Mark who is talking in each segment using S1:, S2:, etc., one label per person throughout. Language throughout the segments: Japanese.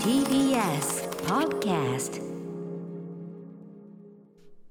S1: TBS Podcast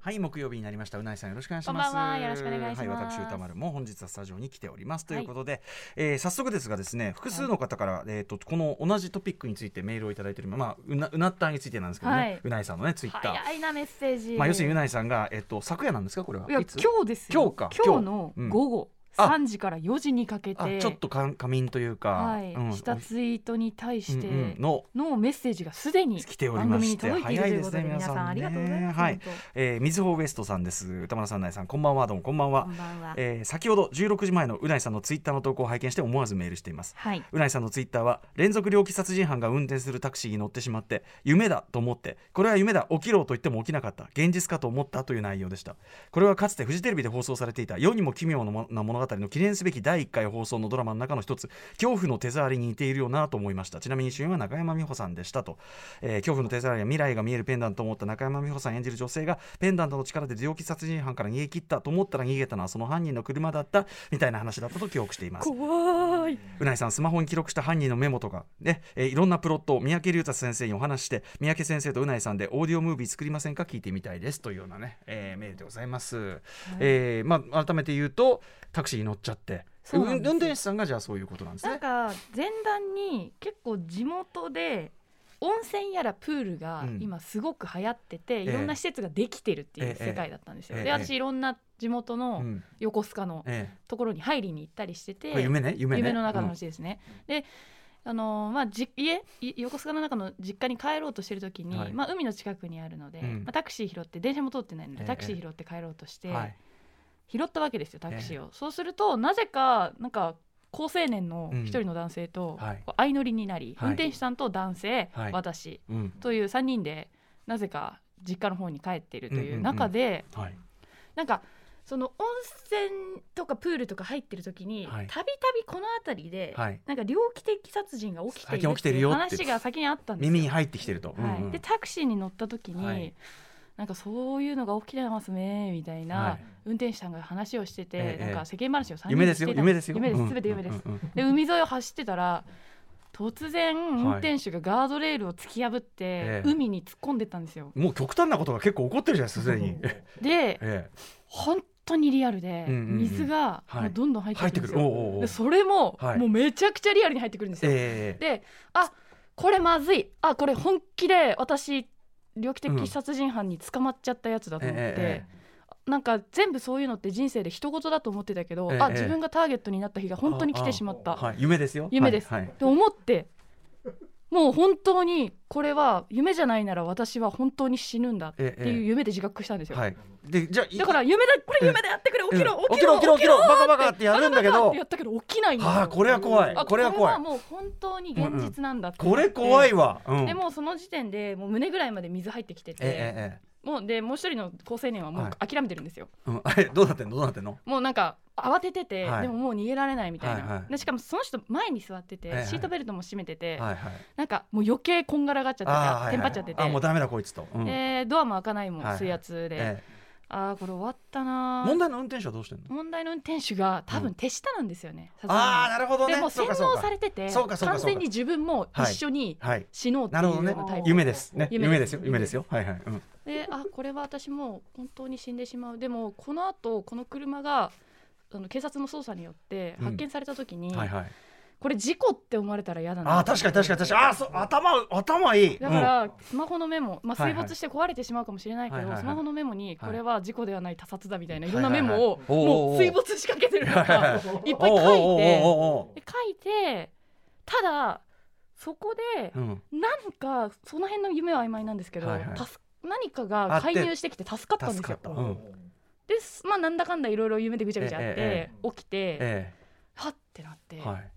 S2: はい木曜日になりましたうないさんよろしくお願いします
S3: こんばんはよろしくお願いします
S2: はい私歌丸も本日はスタジオに来ておりますということで、えー早速ですがですね複数の方から、えっ、とこの同じトピックについてメールをいただいておりますまあうなうなったについてなんですけどね、
S3: はいう
S2: ないさんのねツイッター
S3: 早いなメッセージ。
S2: まあ要するにうないさんがえっ、と昨夜なんですかこれはい
S3: や
S2: いつ
S3: 今日ですよ。
S2: 今日か
S3: 今日の
S2: 今日うん
S3: 午後
S2: あ
S3: 3時から4時にかけ
S2: あ
S3: て、
S2: ちょっとかん仮眠というか、
S3: はい、
S2: うん
S3: したツイートに対し
S2: うんうん
S3: て
S2: の
S3: のメッセージがすでに
S2: 来ており
S3: 番
S2: ま
S3: 組
S2: し
S3: に
S2: て
S3: 届いているということ
S2: 早
S3: で、
S2: いで
S3: 皆
S2: すね
S3: さんありがとうございます。
S2: はい
S3: 本
S2: えー、みずほウエストさんです歌丸さんうないさんこんばんはどうもこんばん
S3: 当
S2: は
S3: こ、んばんは。
S2: えー先ほど16時前のうないさんのツイッターの投稿を拝見して思わずメールしています
S3: はい。
S2: うないさんのツイッターは連続猟奇殺人犯が運転するタクシーに乗ってしまって夢だと思ってこれは夢だ起きろと言っても起きなかった現実かと思ったという内容でしたこれはかつてフジテレビで放送されていた世にも奇妙な物語の記念すべき第1回放送のドラマの中の一つ恐怖の手触りに似ているよなと思いましたちなみに主演は中山美穂さんでしたと、えー恐怖の手触りは未来が見えるペンダントを持った中山美穂さん演じる女性がペンダントの力で猟奇殺人犯から逃げ切ったと思ったら逃げたのはその犯人の車だったみたいな話だったと記憶しています
S3: 怖い。
S2: うないさんスマホに記録した犯人のメモとか、ねえーいろんなプロットを三宅龍太先生にお話しして三宅先生とうないさんでオーディオムービー作りませんか聞いてみたいですというようなね、えーメールでございます、えーまあ、改めて言うとタクシーに乗っちゃって
S3: そうなんですよ
S2: 運転手さんがじゃあそういうことなんです
S3: なん
S2: ね
S3: か前段に結構地元で。温泉やらプールが
S2: うん
S3: 今すごく流行ってて、
S2: え
S3: いろんな施設ができてるっていう
S2: ええ
S3: 世界だったんですよ。
S2: ええ
S3: で私いろんな地元
S2: う
S3: の
S2: ん
S3: 横須賀の
S2: え
S3: ところに入りに行ったりしてて、
S2: えこれ夢ね夢ね
S3: 夢の中の話ですね。であのーまあ、じ家い横須賀の中の実家に帰ろうとしてる時に、
S2: はい
S3: まあ、海の近くにあるので、
S2: うん
S3: まあ、タクシー拾って電車も通ってないので、
S2: ええ
S3: タクシー拾って帰ろうとして、
S2: うんはい
S3: 拾ったわけですよタクシーを、そうするとなぜかなんか高青年の一人の男性と
S2: うんはい
S3: こう相乗りになり、
S2: はい
S3: 運転手さんと男性、
S2: はい
S3: 私
S2: うん
S3: という3人でなぜか実家の方に帰っていると
S2: うんう
S3: い
S2: んう
S3: うん中で。
S2: はい
S3: なんかその温泉とかプールとか入ってる時に
S2: は
S3: た
S2: い
S3: びたびこの辺りで、
S2: はい
S3: なんか猟奇的殺人が起きてい
S2: 最近
S3: る
S2: 起きてるよって
S3: 話が先にあったんですよ
S2: 耳に入ってきてると、
S3: はい
S2: うんうん
S3: でタクシーに乗った時に、
S2: はい
S3: なんかそういうのが起きてますねみたいな、
S2: はい
S3: 運転手さんが話をしてて、
S2: ええ
S3: なんか世間話を3人
S2: 夢ですよ
S3: してた
S2: 夢ですよ
S3: 夢で
S2: うん
S3: す全て夢です、
S2: うんうんうん
S3: で海沿いを走ってたら突然運転手がガードレールを突き破って、
S2: ええ
S3: 海に突っ込んでったんですよ
S2: もう極端なことが結構起こってるじゃないですかすで に、え
S3: で
S2: え
S3: 本当にリアルで
S2: うんうんうん
S3: 水が
S2: はい
S3: もうどんどん入
S2: 入
S3: っ
S2: って
S3: て
S2: く
S3: く
S2: る
S3: るんですよ、
S2: おうおうおう
S3: でそれも、
S2: はい
S3: もうめちゃくちゃリアルに入ってくるんですよ、
S2: ええ
S3: であこれまずいあこれ本気で私猟奇的殺人犯に捕まっちゃったやつだと思って、
S2: ええ
S3: なんか全部そういうのって人生で人事だと思ってたけど、
S2: ええ
S3: あ自分がターゲットになった日が本当に来てしまった
S2: はい、夢ですよ
S3: 夢です
S2: はいはい
S3: と思ってもう本当にこれは夢じゃないなら私は本当に死ぬんだっていう夢で自覚したんですよ、
S2: はい、でじゃあい
S3: だから夢だこれ夢でやってくれ起きろ
S2: うん
S3: 起きろ
S2: 起きろ起きろバカバカってやるんだけ
S3: バカ
S2: ど
S3: バカってやったけど起きないんですよ
S2: ああこれは怖い
S3: あ
S2: これは怖い
S3: これはもう本当に現実なんだって
S2: これ怖い
S3: わ、
S2: わ、うん、
S3: でもうその時点でもう胸ぐらいまで水入ってきてて、
S2: えええ
S3: もうでもう一人の高青年はも
S2: は
S3: う諦めてるんですよ、
S2: えええうんあれどうなってんのどうなってんの
S3: もうなんか慌ててて、
S2: はい
S3: でももう逃げられないみたいな、
S2: はいはい
S3: でしかもその人前に座ってて、
S2: はいはい
S3: シートベルトも締めてて、
S2: はいはい
S3: なんかもう余計こんがらがっちゃってて、
S2: ああ
S3: テンパっちゃって
S2: はい
S3: て、
S2: はいあもうダメだこいつと、うん
S3: でドアも開かないもん、
S2: はいはい
S3: 水圧で、
S2: ええ
S3: ああこれ終わったなー
S2: 問題の運転手はどうしてんの
S3: 問題の運転手が多分手下なんですよね、さすがに
S2: ああなるほどね
S3: でもう
S2: そ
S3: 洗
S2: うかそう
S3: 脳
S2: か
S3: されてて
S2: そうかそうかそうか
S3: 完全に自分も一緒に
S2: はい
S3: 死のうって
S2: な
S3: いう
S2: る
S3: よ
S2: ほ
S3: う
S2: どね
S3: なタイプ
S2: 夢ですね夢
S3: 夢
S2: で
S3: ですす
S2: よ夢ですよはいはい、うん、
S3: であこれは私もう本当に死んでしまうでもこの後この車があの警察の捜査によって発見された時に、
S2: はいはい
S3: これ事故って思われたら嫌だな
S2: ああ確かに確かに確かにああそう頭頭いい
S3: だからスマホのメモ、まあ、
S2: はい
S3: 水
S2: はい
S3: 没して壊れてしまうかもしれないけ
S2: はいはい
S3: ど
S2: はい
S3: スマホのメモに
S2: はい
S3: これは事故ではない他殺だみたいな
S2: はいいは
S3: ろ
S2: い
S3: んなメモを
S2: おー
S3: もう水没しかけてる
S2: うん
S3: か
S2: はいはい
S3: ら
S2: はい
S3: っぱい書いて
S2: おうおうおうおうお
S3: で書いてただそこで
S2: ううん
S3: なんかその辺の夢は曖昧なんですけど、
S2: はいはい
S3: 助何かが介入してきて助かったんです
S2: 助か
S3: よ
S2: っ。た、うん
S3: ですまあなんだかんだいろいろ夢でぐちゃぐちゃあって、
S2: ええ
S3: 起きて、
S2: え
S3: はってなって、
S2: えはい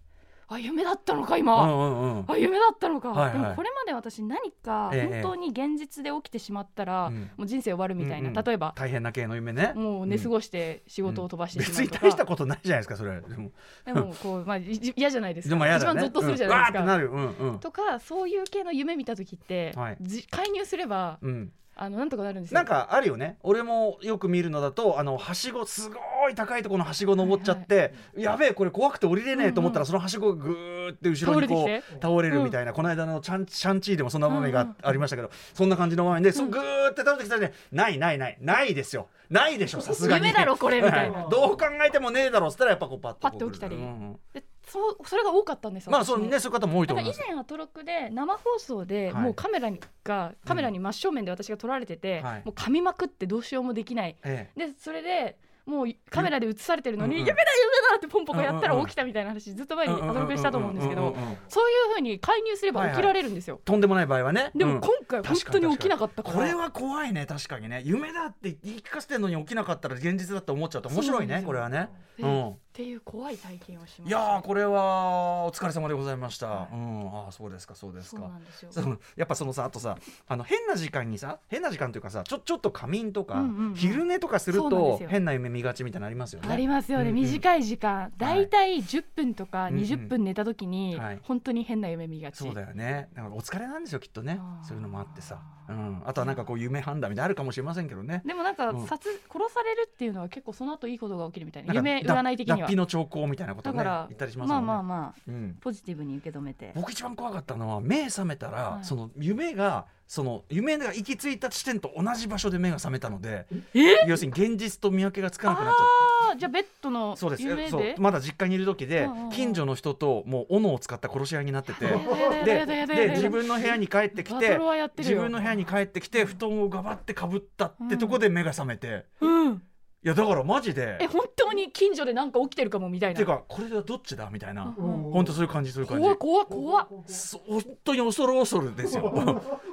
S3: あ夢だったのか
S2: う
S3: 今、
S2: んうんうん
S3: あ夢だったのか、
S2: はいはい
S3: でもこれまで私何か
S2: ええ
S3: 本当に現実で起きてしまったら、
S2: うん
S3: もう人生終わるみたいな、
S2: うんうん
S3: 例えば
S2: 大変な系の夢ね
S3: もう寝過
S2: い
S3: ごして仕事を飛ばしてし
S2: 別
S3: まう
S2: に
S3: と
S2: 大した
S3: か、
S2: ことないじゃないですかそれでも
S3: でもこうまあいじ嫌じゃないです
S2: で
S3: か、
S2: もや
S3: 一
S2: だ
S3: 番
S2: ね
S3: ゾッとするじゃないですか。
S2: うんわーってなるうんうん
S3: とかそういう系の夢見た時って、
S2: はい
S3: じ介入すれば
S2: うん
S3: あのなんとかなるんですよ
S2: なんかあるよね俺もよく見るのだとあのはしごすごい高いところのはしご登っちゃって、やべえこれ怖くて降りれねえと思ったら、
S3: うんうん
S2: そのはしごがぐーって後ろにこ
S3: 倒れて
S2: う
S3: き
S2: 倒れるみたいな、この間のチャンシャンチーでもそんな場面
S3: うんう
S2: が
S3: ん
S2: ありましたけど、そんな感じの場面で、そう
S3: うん
S2: ぐーって倒れてきたらねないないないないですよないでしょさすがに
S3: 夢だろこれみたいな
S2: はどう考えてもねえだろっつったらやっぱこうパッとこう
S3: パッと起きたり
S2: うんうん
S3: でそうそれが多かったんです
S2: まあ
S3: 私
S2: そうねそういう方も多いと
S3: なん
S2: 思
S3: か
S2: い
S3: 以
S2: ます
S3: 前アトロクで生放送で
S2: はい
S3: もうカメラにがカメラに真正面で私が撮られてて、
S2: はい
S3: もう噛みまくってどうしようもできない
S2: ええ
S3: でそれでもうカメラで映されてるの
S2: う
S3: に
S2: ん
S3: 「
S2: うん
S3: やめだやめだ!」ってポンポコやった
S2: うん
S3: ら
S2: うん
S3: 起きたみたいな話ずっと前にアトロクでしたと思うんですけ
S2: うう
S3: ど
S2: うんうんうん
S3: そういうふうに介入すれば起きられるんですよ。
S2: とんでもない場合はね
S3: で
S2: う
S3: も
S2: ん
S3: 今回本当に起きなかったから
S2: これは怖いね確かにね夢だって言い聞かせてるのに起きなかったら現実だって思っちゃうと面白いねこ
S3: そう
S2: れ
S3: な
S2: はね、
S3: で
S2: うん
S3: っていう怖い体験をしま
S2: い
S3: した。
S2: やーこれはお疲れ様でございました、
S3: はい
S2: うんああそうですかそうです
S3: そうな
S2: か
S3: んですよ。
S2: そのやっぱそのさあとさあの変な時間にさ変な時間というかさちょちょっと仮眠とか、
S3: うんうんうん
S2: 昼寝とかする
S3: そうなんで
S2: と
S3: すよ
S2: 変な夢見がちみたいなのありますよね
S3: ありますよね、
S2: うんうん
S3: 短い時間だいたい10分とか
S2: うんうん
S3: 20分寝た時に、
S2: はい
S3: 本当に変な夢見がち、
S2: そうだよねなんかお疲れなんですよきっとね
S3: あー
S2: そういうのもあってさ、うん、あとはなんかこう夢判断みたいなのあるかもしれませんけどね
S3: でもなんか
S2: うん
S3: 殺、殺されるっていうのは結構その後いいことが起きるみたいな
S2: なんか
S3: 夢占い的に
S2: 脱
S3: は
S2: 皮の兆候みたいなこと
S3: だ
S2: ね
S3: から
S2: 言ったりし
S3: ま,、
S2: ますも
S3: あ
S2: んね
S3: まあまあ
S2: うん
S1: ポジティブに受け止めて
S2: 僕一番怖かったのは目覚めたら、
S3: はい
S2: その夢がその夢が行き着いた地点と同じ場所で目が覚めたので
S3: え
S2: 要するに現実と見分けがつかなくなっちゃって
S3: あーじゃあベッドの
S2: そうです
S3: 夢で
S2: そうまだ実家にいる時で
S3: うんうんうん
S2: 近所の人ともう斧を使った殺し合いになってて
S3: やだや
S2: で
S3: だやだやだやだ
S2: で
S3: やだ
S2: 自分の部屋に帰ってき
S3: バ
S2: て
S3: トルはやってる
S2: 自
S3: よ
S2: 分の部屋に帰ってきて布団をがばってかぶったってとこで目が覚めて、い
S3: うん
S2: やだからマジで
S3: え本当に近所でなんか起きてるかもみたいな
S2: てかこれはどっちだみたいな
S3: うんうん
S2: 本当そういう感じそういう感じ
S3: 怖い怖い怖い
S2: そ本当に恐る恐るですよ。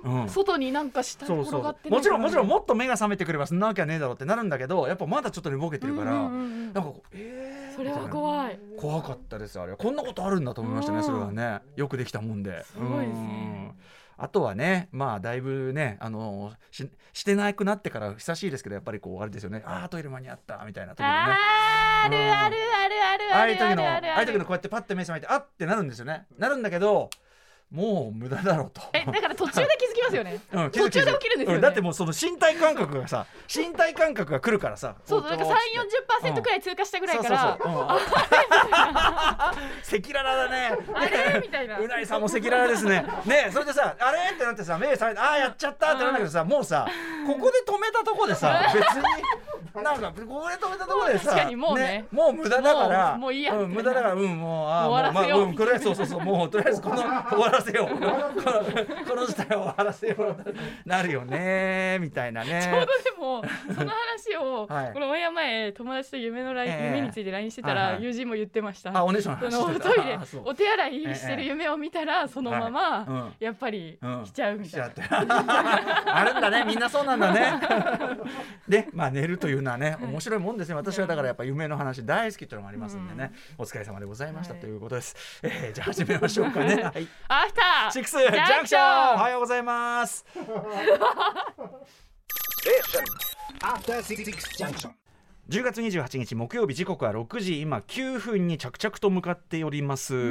S2: うん
S3: 外になんか下に
S2: そうそ
S3: 転がっ
S2: う
S3: て
S2: もちろんもちろん
S3: も
S2: もっと目が覚めてくればそんなわけはねえだろうってなるんだけどやっぱまだちょっと寝ぼけてるから、なんかこうえー、
S3: それ
S2: み
S3: は
S2: たいな
S3: 怖い
S2: 怖かったですあれはこんなことあるんだと思いましたね、
S3: うん
S2: それはねよくできたもんです
S3: ごいですね
S2: うんあとはねまあだいぶねあのししてなくなってから久しいですけどやっぱりこうあれですよねああトイレ間に合ったみたいな時にね
S3: あーあるあるあるある
S2: あ
S3: あ
S2: あいう
S3: る
S2: 時
S3: あ
S2: の
S3: る
S2: あ
S3: ある
S2: あいう時のこうやってパッて目覚めてあってなるんですよねなるんだけどもう無駄だろうと。
S3: えだから途中で気づきますよね
S2: うん
S3: 途中で起きるんですよね
S2: うだってもうその身体感覚がさ 身体感覚が来るからさ
S3: そうそうなんか3 4 0くらい通過したぐらいから
S2: そうそうそう うん赤裸々だね
S3: あれみたいな
S2: うないさんも赤裸々ですねねそれでさあれってなってさ目覚めてああやっちゃったってなるんだけどさもうさここで止めたとこでさ別になんかここで止めたとこでさ
S3: 確かにもうね
S2: もう無駄だから
S3: もうもういいや
S2: ん無駄だからうんもうあー
S3: もう終わらせよ
S2: も
S3: う
S2: うまあうんとりあえずそうそうそうもうとりあえずこの終わらせようこのこの事態を終わらせようなるよねみたいなね
S3: ちょうどでもその話を
S2: はい
S3: このオンエア前友達と夢のライン、
S2: ええ
S3: 夢について LINE してた
S2: はい
S3: ら
S2: はい
S3: 友人も言ってました、
S2: あお姉さん
S3: そ
S2: 話
S3: の
S2: して
S3: お
S2: た
S3: トイレ
S2: あそう
S3: お手洗いして
S2: え
S3: る
S2: え
S3: 夢を見たらそのまま、
S2: はいうん
S3: やっぱり
S2: うん
S3: しちゃうみ
S2: した
S3: い
S2: ちゃ
S3: な
S2: っ、て あるんだねみんなそうなんだ ねでまあ寝るというのはね面白いもんですね私はだからやっぱ夢の話大好きというのもありますんでね、お疲れ様でございました
S3: はい
S2: ということです、えーじゃあ始めましょうかねはい
S3: アフター
S2: シックスジャンクションおはようございます
S4: After Six Junction.
S2: 10月28日木曜日時刻は6時今9分に着々と向かっております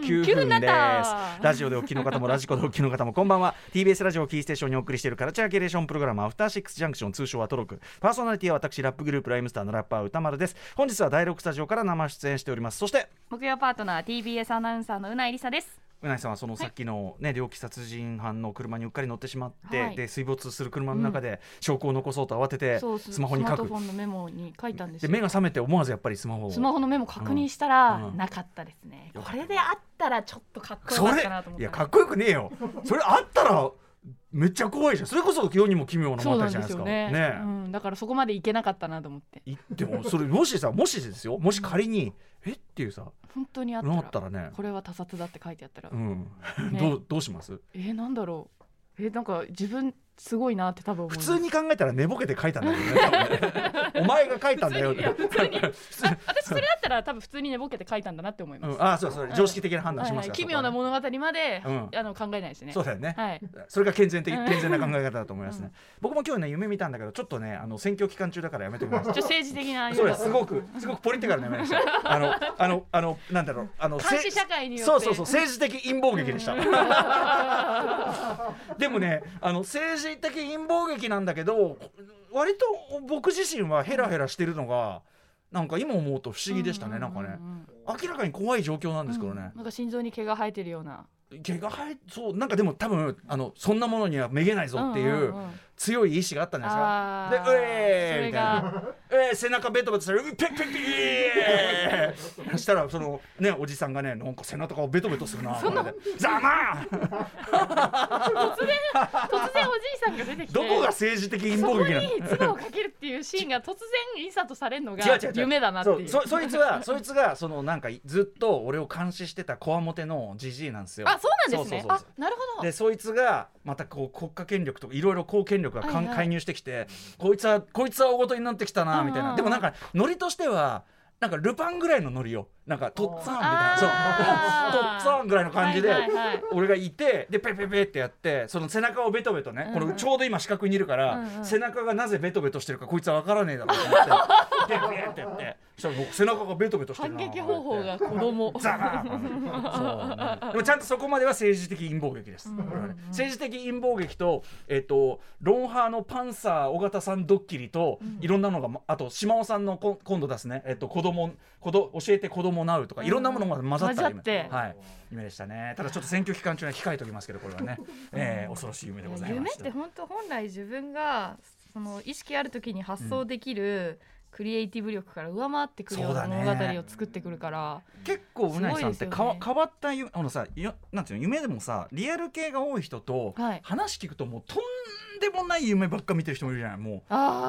S2: 9
S3: 9
S2: 分
S3: 分
S2: で
S3: だ
S2: す
S3: った
S2: ラジオでお聞きの方 もラジコでお聞きの方もこんばんは TBS ラジオをキーステーションにお送りしているカルチャーキュレーションプログラムアフターシックスジャンクション通称はトロクパーソナリティは私ラップグループライムスターのラッパー歌丸です本日は第6スタジオから生出演しておりますそして
S5: 木曜パートナー TBS アナウンサーのうないりさです
S2: うないさんはそのさっきの、ね猟奇殺人犯の車にうっかり乗ってしまって、
S3: はい
S2: で水没する車の中で証拠を残そうと慌てて
S3: そう
S2: スマホに書
S3: スマート
S2: く
S3: フォンのメモに書いたんです
S2: で
S3: よ
S2: 目が覚めて思わずやっぱりスマホを
S3: スマホのメモ確認したら、
S2: うん
S3: なかったですね
S2: よかっ
S3: こ
S2: た
S3: れであったらちょっとかっこよ
S2: そ
S3: かっ
S2: れ
S3: たなと思っ
S2: い
S3: た
S2: やかっこよくねえよそれあったらめっちゃ怖いじゃんそれこそ世にも奇妙な
S3: そ
S2: 物語
S3: うなん
S2: じゃ
S3: で
S2: ない
S3: す
S2: ですか
S3: よね
S2: ね
S3: うん、だからそこまでいけなかったなと思って
S2: えいでもそれもしさもしですよもし仮にえっていうさ
S3: 本当にあったら
S2: なったらね
S3: これは他殺だって書いてあったら、
S2: うん
S3: ね
S2: どうどうします
S3: えー、なんだろうえー、なんか自分すごいなって多分思
S2: 普
S3: います
S2: 通に考えたら寝ぼけて書いたんだけどねお前が書いたんだよ
S3: 普通にいや普通 にあ私それだったら多分普通に寝ぼけて書いたんだなって思いま
S2: う
S3: す、
S2: ん、あそうそう常識的な判断
S3: は
S2: し
S3: い
S2: ま
S3: は
S2: す
S3: い、
S2: から
S3: 奇妙な
S2: そこはね
S3: 物語まで、
S2: うん
S3: あの考えないですね
S2: そうだよね
S3: はい
S2: それが健全的
S3: うん
S2: 健全な考え方だと思いますね、
S3: うん
S2: 僕も今日ね夢見たんだけどちょっとねあの選挙期間中だからやめてください
S3: ちょ政治的な
S2: そうです。すごく、すごくポリティカルな夢で した。あの、あの、あの、なんだろう、あの、
S3: 監視
S2: せ
S3: 社会によって
S2: そうそうそう、政治的陰謀劇でした。でもね、あの政私的陰謀劇なんだけど割と僕自身はヘラヘラしてるのがなんか今思うと不思議でしたね、なんかね明らかに怖い状況なんですけどね、
S3: なんか心臓に毛が生えてるような。
S2: 毛が生えそうなんかでも多分あのそんなものにはめげないぞっていう強い意志があったんですが、
S3: あ
S2: で
S3: ー
S2: うえ
S3: そ
S2: ー
S3: れ
S2: みたい
S3: が
S2: な、えー背中ベトベトしたらうっぺっぺっぺえーそしたらそのねおじさんがねなんか背中をベトベトするなそんなざまあ
S3: 突然おじいさんが出てきて
S2: どこが政治的陰
S3: そ
S2: 謀
S3: こ
S2: 劇なの
S3: に角をかけるっていうシーンが突然インサートされるのが
S2: 違う違う違う
S3: 夢だなっていう
S2: そうそそいつはそいつがそのなんかずっと俺を監視してたこわもてのじじいなんですよ
S3: あそうなんですね
S2: そうそうそう
S3: あなるほど
S2: でそいつがまたこう国家権力とかいろいろ公権力がかん、
S3: はいはい
S2: 介入してきてこいつはこいつは大事になってきたなみたい
S3: うんうんう
S2: なんでもなんかノリとしてはなんかルパンぐらいのノリをなんかとっつぁんみたいなそう
S3: あ
S2: とっ
S3: ー
S2: つぁんぐらいの感じで、
S3: はいはいはい
S2: 俺がいてでペペペってやってその背中をベトベトね、
S3: うんうん
S2: これちょうど今四角にいるから、
S3: うんうん
S2: 背中がなぜベトベトしてるかこいつは分からねえだろうと思って ペペペってやってそしたら僕背中がベトベトしてる
S3: 反
S2: な
S3: 撃方法が子供
S2: ザーンそうでもちゃんとそこまでは政治的陰謀劇です、これはね政治的陰謀劇と,、えっとロンハーのパンサー尾形さんドッキリと、いろんなのがまあと島尾さんのこ今度出すね、えっと子供子ど教えて子供なうとかいろんなものが混ざった
S3: 混ざって
S2: はい、夢でしたねただちょっと選挙期間中には控えておきますけどこれはね、えー、恐ろしい夢でございま
S6: 夢
S2: し
S6: ったて本当本来自分がその意識ある時に発想できるクリエイティブ力から上回ってくるような
S2: そうだね
S3: 物語を作ってくるから、
S2: 結構うないさんって
S3: すごいですよね
S2: かわ変わったゆあのさよなんていうの夢でもさリアル系が多い人と
S3: はい
S2: 話聞くともうとんでもない夢ばっか見てる人もいるじゃないも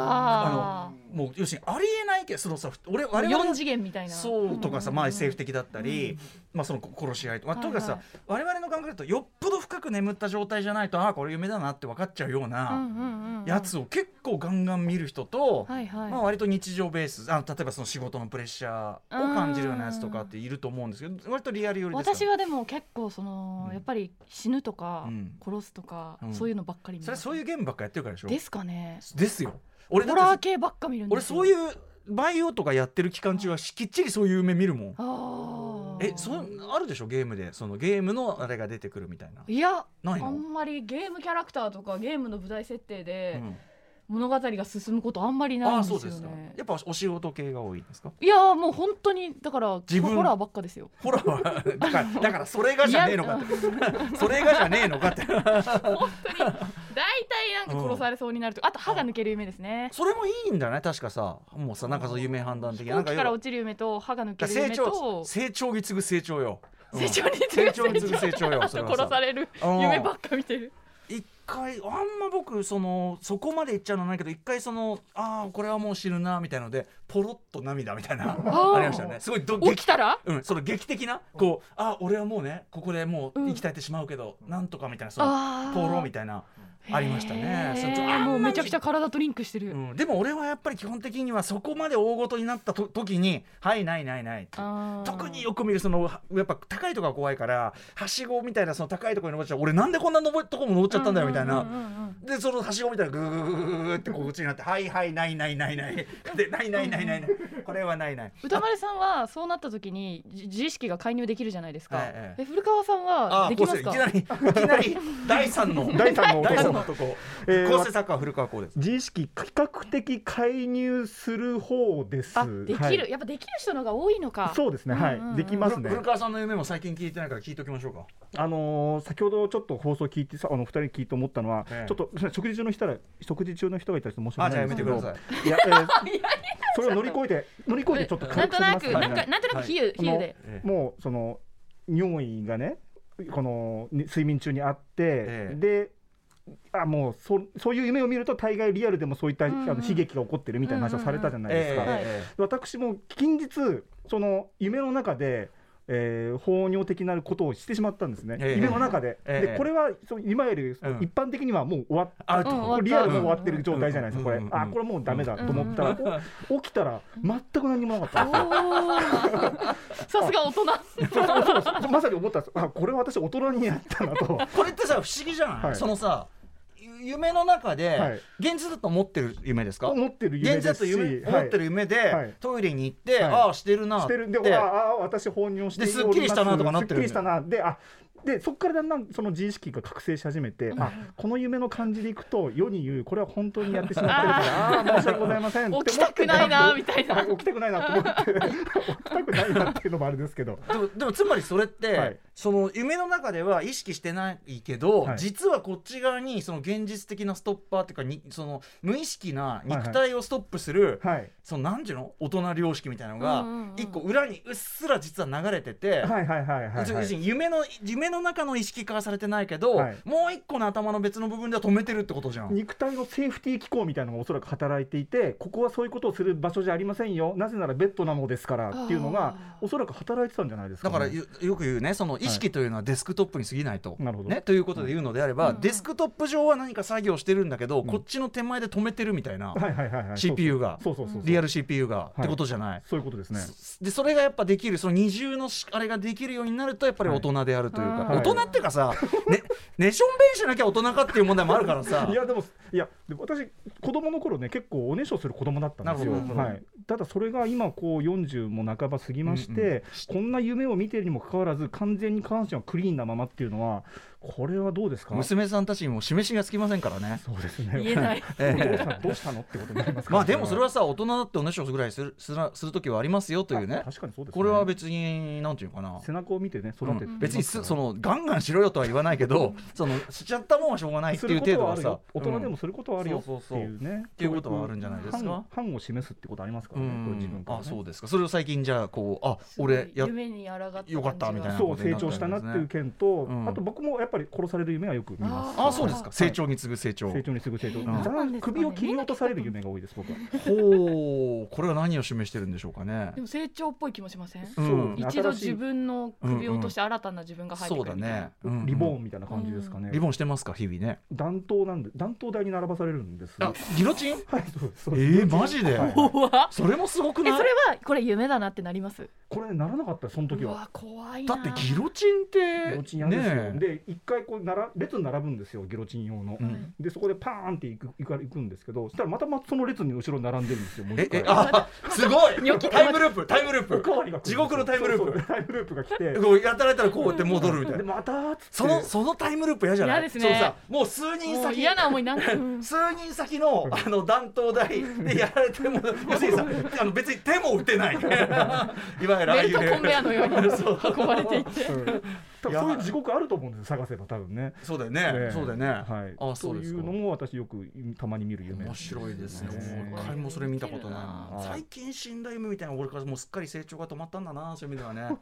S3: あ
S2: うもう要するにありえないけどそのさ俺
S3: あ
S2: 我々
S3: 四次元みたいな
S2: そうとかさ、まあ、政府的だったり、まあ、その殺し合いとか、まあ、とにかくさ、
S3: はい
S2: 我々の感覚だとよっぽど深く眠った状態じゃないとああこれ夢だなって分かっちゃうよう
S3: うん
S2: な
S3: うんうん
S2: やつを結構ガンガン見る人と、
S3: はいはい、
S2: まあ、割と日常ベースあ例えばその仕事のプレッシャーを感じるようなやつとかっていると思うんですけど割とリアル寄りですから
S3: 私はでも結構その、
S2: うん
S3: やっぱり死ぬとか、
S2: うん
S3: 殺すとか、
S2: うん
S3: そういうのばっかり見
S2: それ
S3: ま
S2: は
S3: す
S2: そういうゲームばっかやってるからでしょ
S3: ですかね
S2: ですよ俺だ
S3: ホ
S2: って
S3: ラー系ばっか見るんです
S2: 俺そういううバイオとかやってる期間中はきっちりそういう夢見るもん
S3: あー
S2: えそうあるでしょゲームでそのゲームのあれが出てくるみたいない
S3: や
S2: ない
S3: あ
S2: の、
S3: んまりゲームキャラクターとかゲームの舞台設定
S2: う
S3: で
S2: ん
S3: 物語が進むことあんまりない
S2: あ
S3: ん
S2: あ
S3: です
S2: そ
S3: よ
S2: うですか
S3: ね。
S2: やっぱお仕事系が多いんですか
S3: いやもう本当にだから
S2: 自分
S3: ホラーばっかですよ。
S2: ほらほらだから だからそれがじゃねえのかってそれがじゃねえのかって
S3: 大体なんか殺されそうになると、あと歯が抜ける夢ですね。
S2: それもいいんだね確かさもうさなんかそう夢判断的なな
S3: 大
S2: んか
S3: きから落ちる夢と歯が抜ける
S2: 成
S3: 夢
S2: 長
S3: と
S2: 成長に次ぐ成長よ、うん
S3: 成長に
S2: 成長に
S3: 次
S2: 次
S3: ぐ
S2: ぐ
S3: 成
S2: 成長よ
S3: 長あ
S2: それ
S3: と
S2: はさ
S3: 殺される
S2: うん
S3: 夢ばっか見てる。
S2: 一回あんま僕そのそこまで言っちゃうのはないけど一回そのああこれはもう死ぬなみたいのでポロッと涙みたいな
S3: ー
S2: ありましたねすごいど
S3: 起き
S2: 劇
S3: たら
S2: うん、その劇的なこうああ俺はもうねここでもう
S3: うん
S2: 生き絶えてしまうけど、なんとかみたいなその
S3: あ
S2: ポロみ
S3: た
S2: たいなありましたねそのちょあんまり
S3: もうめちゃくちゃ体とリンクしてる。
S2: うん、でも俺はやっぱり基本的にはそこまで大ごとになったと時に「はいないないない」って
S3: あー
S2: 特によく見るそのはやっぱ高いとこが怖いからはしごみたいなその高いとこに登っちゃう俺なんでこんな登っとこも登っちゃったんだよみたいな、
S3: うんうんうんうん
S2: でそのはしごみたいなグーグーグーグーグーってこう口になって「はいはいないないないない」で「ないないないないない」これはないない。
S3: 歌丸さんはそうなった時にじ自意識が介入できるじゃないですか、
S2: ええ
S3: え古川さんは
S2: あ
S3: で
S2: ー
S3: き
S2: こう
S3: ますす
S2: るい
S3: か
S2: きなりいきなり第三の
S7: 第三の
S2: 第三
S7: 男
S2: の男
S7: えー
S2: 構成作家は古川光です。
S7: 自意識比較的介入する方です。
S3: あできる、
S7: はい
S3: やっぱできる人の方が多いのか
S7: そうですね、はい、
S3: うんうんうん
S7: できますね
S2: 古。川さんの夢も最近聞いてないから聞いときましょうか。
S7: あのー先ほどちょっと放送聞いてさ、あの二人聞いて思ったのは、
S2: ええ
S7: ちょっとすいません食事中の人ら食事中の人がいたらちょっと申し
S2: あ
S7: 訳
S2: じゃあ
S7: な
S2: や
S7: いん
S2: め
S7: です
S2: てく
S7: けど、
S2: ださい。
S7: いや、えーそれを乗り越えて乗り越えてちょっと
S3: なんとなく、
S7: 軽させ
S3: なん
S7: て
S3: かなんとなく比喩、比喩で、
S2: ええ
S7: もうその尿意がねこのに睡眠中にあって、
S2: ええ
S7: であもうそそういう夢を見ると大概リアルでもそういった、
S3: んうん
S7: あの悲劇が起こってるみたいな話をされたじゃないですか、
S3: え
S7: 私も近日その夢の中で、えー、放尿的なことをしてしまったんですね、
S2: ええ
S7: 夢の中で,、
S2: ええ
S7: でこれはその今より一
S2: うん
S7: 般的にはもう終わっ
S2: アウ
S3: うん
S2: ト。
S3: 終わった
S7: リアルも終わってる状態じゃないですか、
S2: うん
S7: これ、あこれもうだめだと思ったら、お起きたら全く何もなかったんですよ
S3: さすが大人、
S7: そうそうそう まさに思ったんですあこれは私大人になったなと
S2: これってさ不思議じゃない、
S7: はい
S2: そのさゆ夢の中
S7: は
S2: で
S7: い
S2: 現実だと思ってる夢ですか、
S7: 思ってる
S2: 現
S7: 夢
S2: 実
S7: で
S2: だ
S7: す
S2: と
S7: し
S2: 夢、
S7: は
S2: 思ってる
S7: い
S2: 夢で、
S7: はい
S2: トイレに行って、
S7: はい
S2: ああしてるな
S7: してるんで
S2: って
S7: ああ私放尿して
S2: で
S7: おります
S2: っきりしたなとかなってる
S7: すっきりしたなであでそこからだんだんその自意識が覚醒し始めて、あこの夢の感じでいくと世に言うこれは本当にやってしまって るからあー申し訳ございませんって思って
S6: 起きたくないなみたいな
S7: あ起きたくないなと思って 起きたくないなっていうのもあれですけど
S2: でもでもつまりそれって、
S7: はい
S2: その夢の中では意識してないけど、
S7: はい
S2: 実はこっち側にその現実的なストッパーっていうかにその無意識な肉体をストップする、
S7: はい
S2: その何ていうの大人良識みたいなの
S3: うんうん
S2: が
S3: うん
S2: 一個裏にうっすら実は流れてて。
S7: はいはいはいはい
S2: 要
S7: は
S2: する
S7: い
S2: に夢の夢の中の意識化はされてないけど、
S7: はい
S2: もう一個の頭の別の部分では止めてるってことじゃん。
S7: 肉体のセーフティー機構みたいなのがおそらく働いていてここはそういうことをする場所じゃありませんよなぜならベッドなのですからっていうのがおそらく働いてたんじゃないですか
S2: だ
S7: ね、
S2: からよよく言うねその意識というのはデスクトップに過ぎないと。
S7: なるほど
S2: ね、ということで言うのであれば、
S3: うんうん
S2: デスクトップ上は何か作業してるんだけど、
S7: ん
S2: こっちの手前で止めてるみたいな、
S7: はいはいはいはい
S2: CPU が
S7: そうそうそうそう
S2: リアル CPU が、ってことじゃない。
S7: そういうことですね
S2: でそれがやっぱできるその二重のしあれができるようになるとやっぱり大人であるというか、
S7: はい
S2: 大人っていうかさ、ね、 寝しょんべんしなきゃ大人かっていう問題もあるからさ
S7: いやでもいやでも私子供の頃ね結構おねしょする子供だったんですよ
S2: なるほど
S7: はい、ただそれが今こう40も半ば過ぎまして、
S2: うんう
S7: こんな夢を見てるにもかかわらず完全に下半身はクリーンなままっていうのはこれはどうですか
S2: 娘さんたちにも示しがつきませんからね。
S7: そうですね
S6: 言えない
S2: え
S7: お父
S2: え
S7: さんどうしたのってことになりますから
S2: まあでもそれはさ大人だっておねしょぐらいするすらする時はありますよというね
S7: あ確かにそうです、ね、
S2: これは別になんていうのかな
S7: 背中を見てね育ててますから、
S2: うん別にすそのガンガンしろよとは言わないけど そのしちゃったもんはしょうがないって
S7: す
S2: い
S7: る
S2: う
S7: こと
S2: 程度
S7: はあ
S2: は
S7: る
S2: さ
S7: よ大人で
S2: うん
S7: もすることはあるよ
S2: そう
S7: っ
S2: そ
S7: て
S2: うそう
S7: いうね
S2: っていうことはあるんじゃないですか
S7: 反を示すってことありますか
S2: う
S7: らねこれ自
S2: ん
S7: 分から、
S2: あ
S7: ね、
S2: そうですかそれを最近じゃあこうあ 俺や
S6: 夢に抗った
S2: よかったみたいな
S7: そう成長したなっていう件と、
S2: うん
S7: あと僕もやっぱり殺される夢はよく見ます。
S2: あそうですか成長に次ぐ成長
S7: 成長にすぐ成長、
S2: ん
S7: ざ
S6: なんですかね
S7: 首を切り落とされる夢が多いです、僕は。
S2: ほうこれは何を示してるんでしょうかね
S3: でも成長っぽい気もしません
S2: うん
S7: そう
S3: 一度
S7: 新しい
S3: 自分の首を落として新たな自分が入って
S2: そう
S3: く
S2: だ
S3: るみたいな
S2: ねうん
S7: リボーンみたいな感じですかね。
S2: リボンしてますか日々ね
S7: 弾頭なんで、弾頭台に並ばされるんです。は
S2: あ
S7: い、
S2: ギロチン
S7: そうです。そうです
S2: えーマジで
S7: はい
S6: 怖っ
S2: それもすごくな
S3: え
S2: い
S3: それはこれ夢だなってなります
S7: これならなかったよ、その時
S3: う
S7: は。
S3: わ怖い
S2: だ
S3: な
S2: ってギロチンって
S7: ギロチン屋ですよ。
S2: ねえ
S7: で、一回こうなら、列に並ぶんですよ、ギロチン用の。
S2: うん
S7: で、そこでパーンって行く、行か、行くんですけど、そしたら、またまその列に後ろに並んでるんですよ。もう
S2: え
S7: 一回
S2: えあすごいタイムループタイムルー
S7: お
S2: プ
S7: かわりが
S2: 地
S7: 来るんですよ
S2: 獄のタイムループ
S7: そうそうタイムループが来て。
S2: こうやたらやたらこうやって戻るみたいな
S7: でまたーっつって
S2: そのそのタイムループ嫌じゃない
S6: 嫌ですね
S2: そのさもう数人
S3: もう
S2: 先
S3: 嫌な思いにな んかうん
S2: 数人先のあの弾頭台でやられて も要するにさあの別に手も打てないいわゆるああ
S3: ベ
S2: い
S3: ルト
S2: う
S3: コンベヤーのように
S2: そう
S3: 運ばれていって
S7: うん多
S2: いや
S7: 分そういう地獄あると思うんですよ探せば多分ね。
S2: そうだよね
S7: ええ
S2: そうだよね
S7: はい。
S2: あそうです
S7: と
S2: か
S7: いうのも私よくたまに見る夢。
S2: 面白いですね。
S7: ね
S2: もう一回もそれ見たことないな。
S7: はい
S2: 最近死んだ夢みたいな俺からもうすっかり成長が止まったんだな、そういう意味ではね。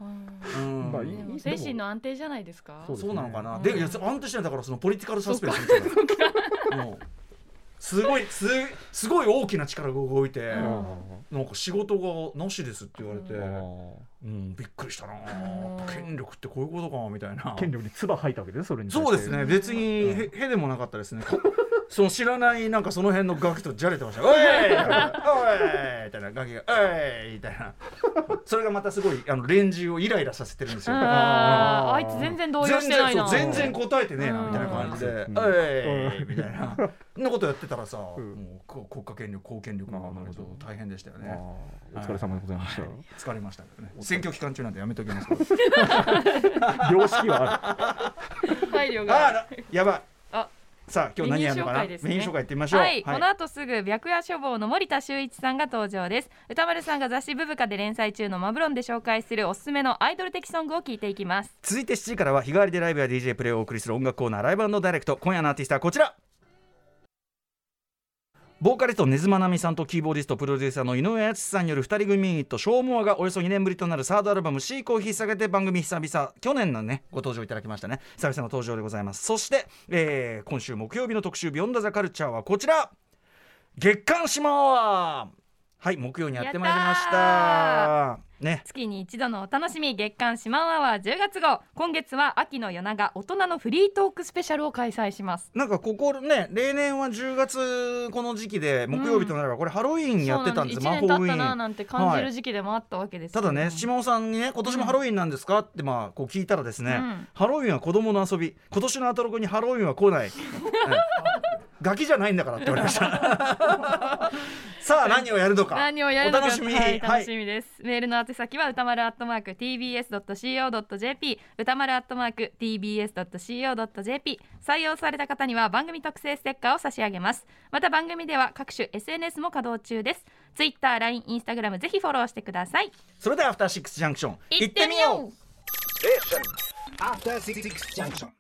S2: う
S7: まあいい
S2: ん。
S3: でも精神の安定じゃないですか
S7: そう
S2: そうなのかな。
S3: うん
S2: で、いや、安定してないだからそのポリティカルサスペンスみたいな。うんすごいすすごい大きな力が動いて、
S7: あ
S2: なんか仕事がなしですって言われて、
S7: ー
S2: うん、びっくりしたなー。権力ってこういうことかみたいな。
S7: 権力に唾吐いたわけですねそれに対して。
S2: そうですね。別にへへでもなかったですね。こその知らないなんかその辺のガキとじゃれてま した。おいおいみたいなガキがおいみたいな。それがまたすごいあの連中をイライラさせてるんですよ。
S3: あーあいつ全然動揺してないな
S2: 全然そう全然答えてねえな
S3: うん
S2: みたいな感じで
S7: う
S2: 「
S7: ん
S2: おい!」みたいなそんなことやってたらさも
S7: ん
S2: うこ国家権力公権力の方々と大変でしたよ
S7: あ
S2: ね
S7: ー。お疲れ様でございまし
S2: 疲れましたけどね選挙期間中なんでやめときますけど
S7: た。 良識はある。
S6: 配慮
S2: あー
S6: が
S2: なやばい
S6: あ
S2: さあ今日何やるのかな
S6: メニュー紹介ですね
S2: メニュー紹介いってみましょう
S5: はい、この後すぐ白夜処方の森田修一さんが登場です歌丸さんが雑誌ブブカで連載中のマブロンで紹介するおすすめのアイドル的ソングを聞いていきます
S2: 続いて7時からは日替わりでライブや DJ プレイをお送りする音楽コーナーライブダイレクト今夜のアーティストはこちらボーカリスト根津まなみさんとキーボーディストプロデューサーの井上敦さんによる2人組ユニット「ショーモア」がおよそ2年ぶりとなるサードアルバム「シーコを引っ提げて番組久々去年のねご登場いただきましたね久々の登場でございますそして、えー今週木曜日の特集「ビヨンドザカルチャーはこちら月刊シマアはい木曜にやってまいりまし
S5: や
S2: たね
S5: 月に一度のお楽しみ月刊シマンアワー10月号今月は秋の夜長大人のフリートークスペシャルを開催します
S2: なんかここね例年は10月この時期で木曜日となればこれハロウィーンやってたんです、
S3: そう
S2: 魔
S3: なん
S2: 法
S3: で
S2: ウ
S3: す一年
S2: ィ
S3: 経ったな
S2: ーン
S3: なんて感じる時期でもあったわけですけ
S2: た
S3: ど
S2: だね島尾さんにね今年もハロウィーンなんですかってまあこう聞いたらですね、
S5: うん
S2: ハロウィーンは子供の遊び今年のアトロクにハロウィーンは来ない、うん ガキじゃないんだからって言われました さあ何をやるのか
S3: 何をやるのか
S2: お楽しみ
S3: はい、
S2: はい
S3: 楽しみです、メールの宛先は歌丸アットマーク tbs.co.jp 歌丸アットマーク tbs.co.jp 採用された方には番組特製ステッカーを差し上げますまた番組では各種 SNS も稼働中ですツイッター、LINE、インスタグラムぜひフォローしてください
S2: それではアフターシックスジャンクション
S3: 行ってみよう
S8: After Six Junction.